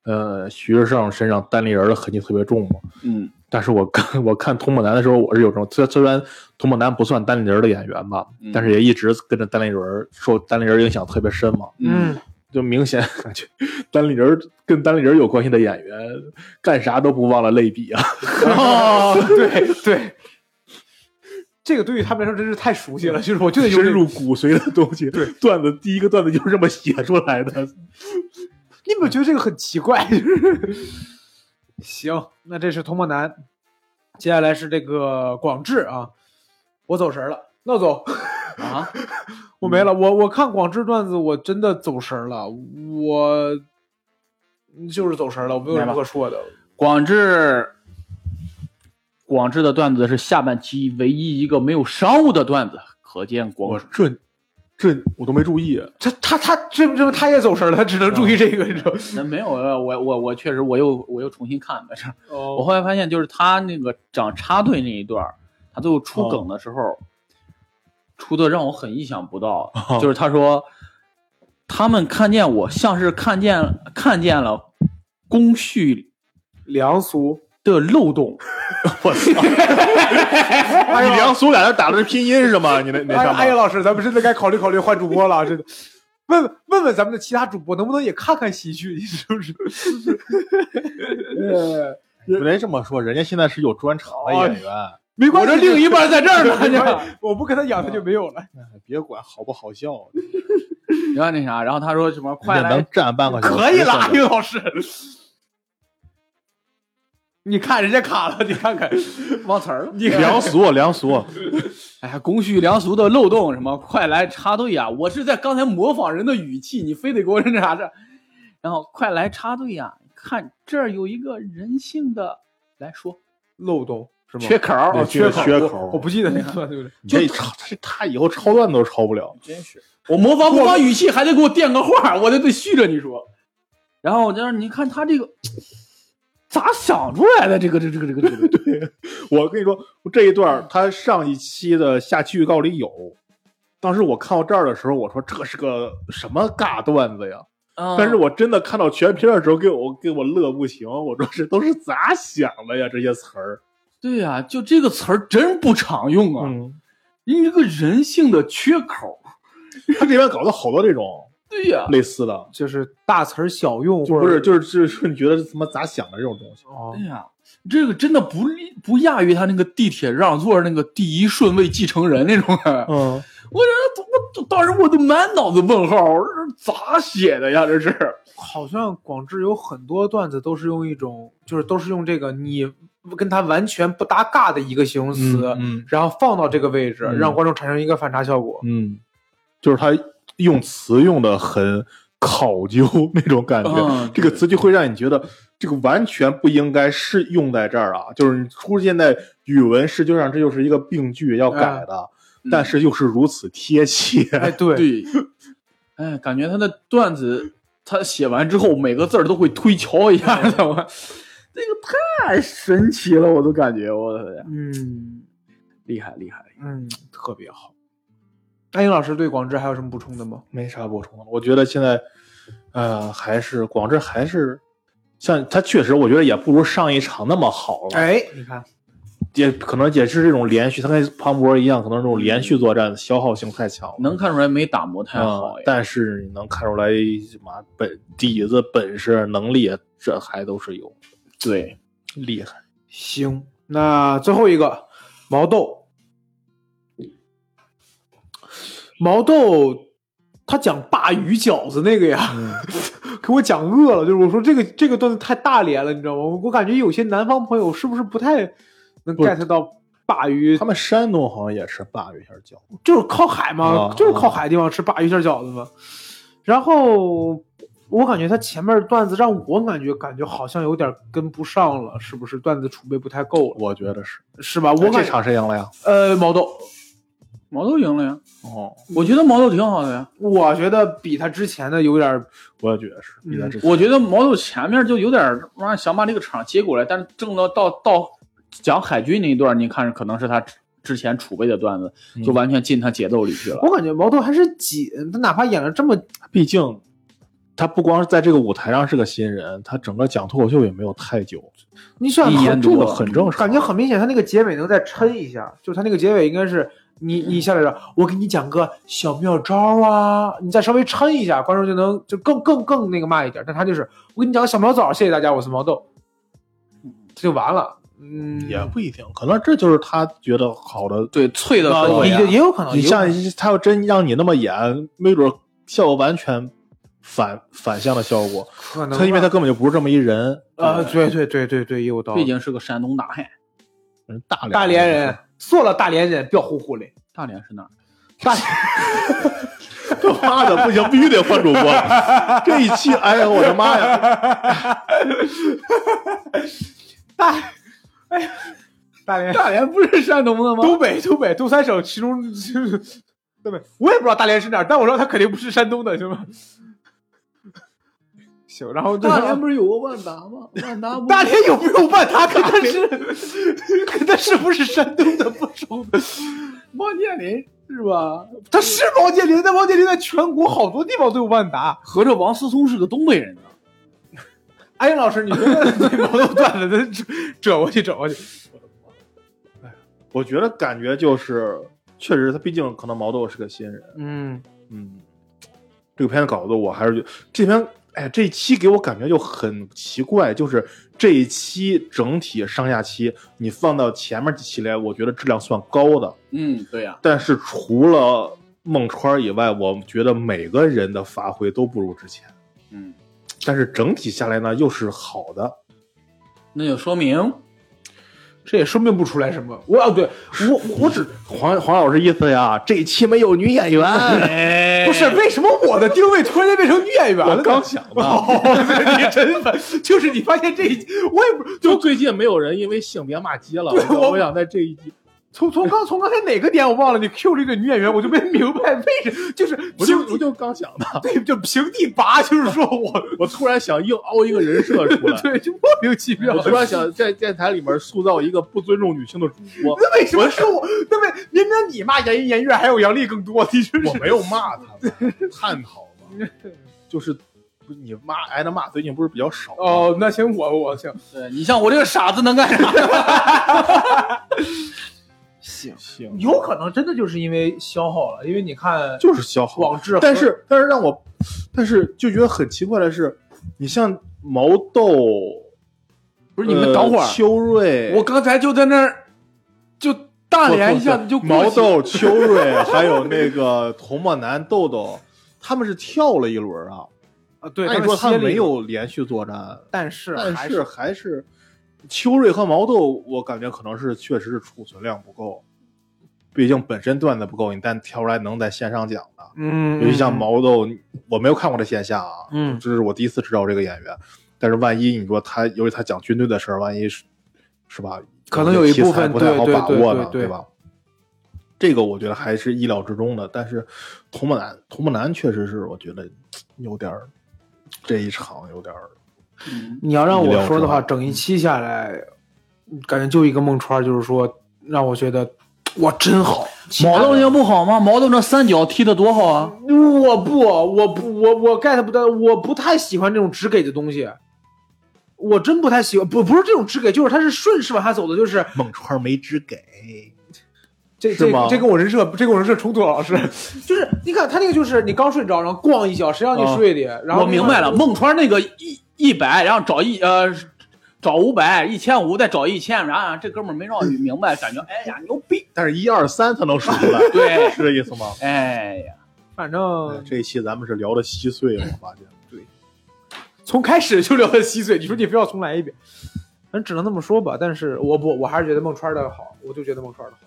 呃，徐志胜身上单立人的痕迹特别重吗？嗯，但是我看我看童梦楠的时候，我是有这种，虽虽然童梦楠不算单立人的演员吧，嗯但是也一直跟着单立人，受单立人影响特别深嘛，嗯，就明显感觉单立人跟单立人有关系的演员干啥都不忘了类比啊。哦，对对，这个对于他们来说真是太熟悉了，就是我 就得用深这个。入骨髓的东西。对，段子第一个段子就是这么写出来的。你有没有觉得这个很奇怪？嗯行，那这是童漠男，接下来是这个广志啊，我走神儿了，闹总，嗯啊， 我没了，我我看广志段子，我真的走神儿了，我就是走神儿了，我没有什么可说的。广志，广志的段子是下半期唯一一个没有商务的段子，可见广这这我都没注意，啊他他他这这不他也走神儿了，他只能注意这个，你知道吗？那没有，呃我我我确实我又我又重新看了这儿，我哦，后来发现就是他那个讲插队那一段儿，他最后出梗的时候，出的让我很意想不到， 就是他说他们看见我像是看见看见了工序梁俗，的漏洞，我 操！你梁苏俩人打的是拼音是吗？你那那哎啥呀，哎呀，吗？老师，咱们真的该考虑考虑换主播了，真的。 问问问问咱们的其他主播，能不能也看看喜剧？你是不是？不能这么说，人家现在是有专场的演员，没关系，一半在这儿 没呢关系我不跟他养，他就没有了。别管好不好笑，然后那啥，然后他说什么快人家来能站半个小时可以了，算阿是英老师。你看人家卡了，你看看，忘词儿了。你看梁俗，梁俗，哎呀，公序良俗的漏洞什么，快来插队呀、我是在刚才模仿人的语气，你非得给我 那啥这，然后快来插队呀、看这儿有一个人性的，来说漏洞是吗？缺口儿，对哦缺口儿，缺我口我不记得那段，对不对？你这抄这他以后抄段子都抄不了。真是我模仿模仿语气，还得给我垫个话，我得得续着你说。然后我就让你看他这个咋想出来的，这个这个这个这个这个，我跟你说，这一段儿他上一期的下期预告里有。当时我看到这儿的时候，我说这是个什么尬段子呀？嗯但是我真的看到全片的时候，给我给我乐不行。我说这都是咋想的呀？这些词儿，对呀、就这个词儿真不常用啊，嗯，你这个人性的缺口儿，他这边搞了好多这种对呀、类似的，就是大词儿小用，就或者不是就是就是你觉得是他妈咋想的这种东西。哦哎呀，这个真的不利不亚于他那个地铁让座那个第一顺位继承人那种的。嗯，我这我当时我都满脑子问号，我这咋写的呀？这是好像广志有很多段子都是用一种，就是都是用这个你跟他完全不搭嘎的一个形容词，嗯然后放到这个位置，嗯让观众产生一个反差 效果。嗯，就是他用词用的很考究那种感觉，嗯这个词就会让你觉得这个完全不应该是用在这儿啊。就是你出现在语文试卷上，这就是一个病句要改嗯的，但是又是如此贴切。 哎，对，对，哎，感觉他的段子，他写完之后每个字儿都会推敲一下的，我 这个太神奇了，我都感觉我的嗯厉害厉害。嗯，特别好。安英老师对广志还有什么补充的吗？没啥补充了。我觉得现在，呃，还是广智还是像他确实，我觉得也不如上一场那么好了。哎，你看，也可能也是这种连续，它跟庞博一样，可能这种连续作战消耗性太强了。能看出来没打磨太啊、好呀。但是你能看出来，妈本底子、本事、能力，这还都是有，对，厉害。行，那最后一个毛豆，毛豆他讲鲅鱼饺子那个呀，嗯给我讲饿了。就是我说这个这个段子太大连了，你知道吗？我我感觉有些南方朋友是不是不太能不 get 到鲅鱼他？们山东好像也是鲅鱼馅儿饺子，就是靠海嘛，啊就是靠海地方吃鲅鱼馅饺子嘛。然后我感觉他前面段子让我感觉感觉好像有点跟不上了，是不是段子储备不太够了？我觉得是。是吧？我我感哎这场谁赢了呀？呃毛豆。毛豆赢了呀，哦，我觉得毛豆挺好的呀。我觉得比他之前的有点儿，我也觉得是。比咱之前我觉得毛豆前面就有点儿妈想把这个场接过来，但是正到到到讲海军那一段，你看可能是他之之前储备的段子，嗯就完全进他节奏里去了。我感觉毛豆还是紧，他哪怕演了这么，毕竟他不光是在这个舞台上是个新人，他整个讲脱口秀也没有太久，你想一很言这多个这个很正常。感觉很明显，他那个结尾能再抻一下，就是他那个结尾应该是你你下来了，我给你讲个小妙招啊，你再稍微抻一下，观众就能就更更更那个嘛一点。但他就是我给你讲个小妙招，谢谢大家，我是毛豆，这就完了。嗯，也不一定，可能这就是他觉得好的。对脆的啊氛围你啊也也有可能，你也有可像能他要真让你那么演，没准效果完全反反向的效果。可能吧他因为他根本就不是这么一人，呃，对对对对对，也有道毕理。竟是个山东大汉，人大连大连人，做了大连人，不要呼呼嘞，大连是哪儿？大连。妈的不行，必须得换 主播。这一期，哎呀，我的妈呀！大，哎呀，大 连、大连不是山东的吗东北、东北、东三省其中就是 东北，我也不知道大连是哪儿，但我知道它肯定不是山东的，行吗？行，然后就大连不是有个万达吗？万达不 大连有没有万达？跟他是，跟他是不是山东的 不熟？王健林是吧？他是王健林，但王健林在全国好多地方都有万达。合着王思聪是个东北人呢？安英老师，你觉 得这矛盾段子这折过去，折过去，我觉得感觉就是，确实他毕竟可能毛豆是个新人，嗯，嗯，这个片子稿子我还是觉得这篇，哎，这一期给我感觉就很奇怪，就是这一期整体上下期你放到前面几期来，我觉得质量算高的，嗯，对呀、但是除了孟川以外，我觉得每个人的发挥都不如之前，嗯，但是整体下来呢又是好的，那就说明这也说明不出来什么。我哦，对我我只黄黄老师意思呀，这一期没有女演员。哎不是为什么我的定位突然间变成女演员了呢？ 我刚想到哦，你真烦，就是你发现这一集，我也不就最近没有人因为性别骂街了，对我我想在这一集，从从刚从刚才哪个点我忘了，你 Q 了一个女演员，我就没明白为什么，就是我就平 我地就刚想到，对，就平地拔，就是说我我突然想硬凹一个人设出 来，对，就莫名其妙。，我突然想在电台里面塑造一个不尊重女性的主播那为什么是我？那为明明你骂颜颜悦还有杨笠更多，你真是我没有骂他们，探讨嘛， 就是不是你骂挨着骂最近不是比较少吗，哦，那行我我行对你像我这个傻子能干啥？行，行，有可能真的就是因为消耗了，因为你看就是消耗网志和，但是但是让我，但是就觉得很奇怪的是，你像毛豆。 不是你们等会呃儿，秋瑞，我刚才就在那儿，就大连一下子就过去毛，豆、秋瑞还有那个童墨南、豆豆，他们是跳了一轮啊。啊，对，按理说他们们歇了一没会儿，有连续作战，但是但还是还是秋瑞和毛豆，我感觉可能是确实是储存量不够，毕竟本身段子不够，你但挑出来能在线上讲的。嗯，尤其像毛豆，我没有看过他线下啊，嗯这是我第一次知道这个演员。但是万一你说他，尤其他讲军队的事儿，万一是是吧？可能有一部分题材不太好对对把握对呢，对对吧？这个我觉得还是意料之中的，但是童木南，童木南确实是我觉得有点儿，这一场有点儿，嗯你要让我说的话，意料之外整一期下来，感觉就一个孟川，就是说让我觉得我真好。毛豆就不好吗？毛豆这三角踢的多好啊！我不，我不，我我 get 不到，我不太喜欢这种只给的东西。我真不太喜欢，不不是这种只给，就是他是顺势往下走的，就是孟川没只给，这是这吗这跟我人设，这跟我人设冲突 了，老师。就是你看他那个就是你刚睡着，然后咣一脚，谁让嗯你睡的？然后我明白了，梦孟川那个一一百，然后找一呃，找五百，一千五，再找一千，然后啊这哥们儿没让我明白，感觉哎呀牛逼，但是一二三他能数出 来，对，是这意思吗？哎呀，反嗯哎正这一期咱们是聊的稀碎了，我发现。从开始就聊的稀碎，你说你非要重来一遍，反正只能那么说吧。但是我不，我还是觉得孟川的好，我就觉得孟川的好。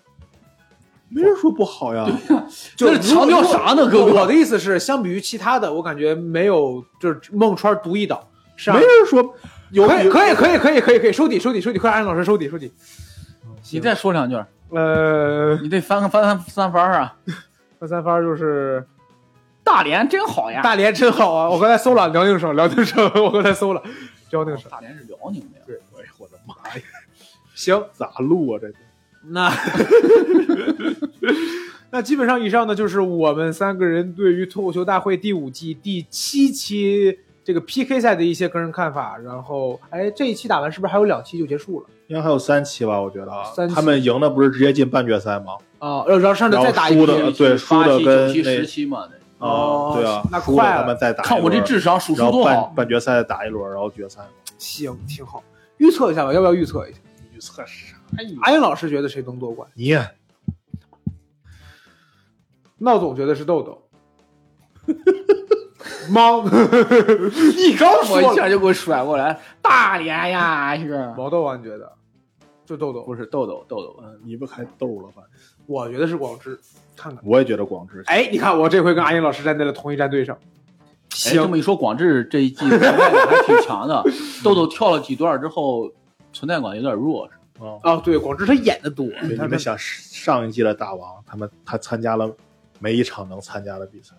没人说不好呀。 就那是强调啥呢如果哥哥我的意思是，相比于其他的，我感觉没有就是孟川独一档，是啊没人说有可以有可以可以可以可以可以收底收底收底，快安老师收底收底。你再说两句，呃，你得翻个翻翻三番啊，那三番就是大连真好呀，大连真好啊！我刚才搜了辽宁省，辽宁省， 我刚才搜了辽宁省。大连是辽宁的呀，哎呀，我的妈呀，行，咋录啊这？那 那基本上以上呢，就是我们三个人对于脱口秀大会第五季第七期这个 PK 赛的一些个人看法。然后，哎，这一期打完是不是还有两期就结束了？应该还有三期吧，我觉得啊三。期他们赢的不是直接进半决赛吗？啊、然后上次然后再打一输期的。一呃对期输的八期跟九期那十期嘛，得啊、哦对啊，那输快了了他们再打一轮。看我这智商数数然后多好半，半决赛再打一轮，然后决赛嘛。行，挺好。预测一下吧，要不要预测一下？预测啥？安老师觉得谁能夺冠？你闹总觉得是豆豆。猫，你刚哎我一下就给我甩过来，大连呀是，毛豆啊？你觉得？就豆豆不，是豆豆豆哎豆，嗯，你不开逗了吧？我觉得是广智。看看，我也觉得广智。哎，你看我这回跟阿英老师站在了同一战队上。哎，这行，么一说，广智这一季存在感还挺强 的。豆豆跳了几段之后，存在感有点弱。嗯，哦，对，广智他演的多，对他你们想上一季的大王，他们他参加了每一场能参加的比赛，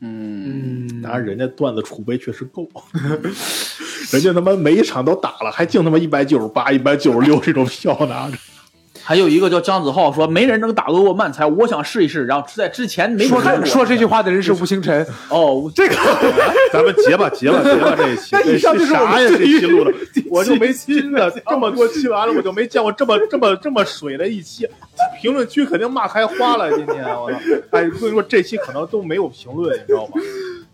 嗯，嗯，当然人家段子储备确实够， 人家他妈每一场都打了，还净他妈一百九十八、一百九十六这种票拿着。还有一个叫姜子浩说，没人能打过我漫才，我想试一试。然后在之前没说看这过说这句话的人是吴星辰，哦，这个咱们结吧结吧结吧 这一期，那以上这就是我们啥呀？这对于期录的，我就没真的这么多期完了，我就没见过这么这么这么水的一期，评论区肯定骂开花了。今天我操，哎，所以说这期可能都没有评论，你知道吗？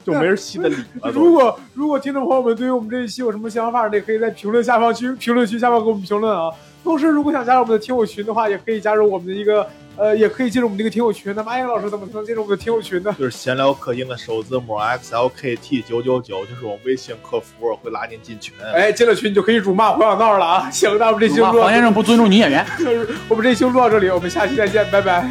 就没人吸的理了如都。果如果听众朋友们对于我们这一期有什么想法呢，也可以在评论下方区评论区下方给我们评论啊。同时，如果想加入我们的听友群的话，也可以加入我们的一个呃，也可以进入我们的一个听友群。那么，艾阳老师怎么才能进入我们的听友群呢？就是闲聊客厅的首字母 X L K T 九九九，就是我微信客服会拉您进群。哎，进了群你就可以辱骂胡小闹了啊！行，那我们这期就录到黄先生不尊重女演员。我们这期就录到这里，我们下期再见，拜拜。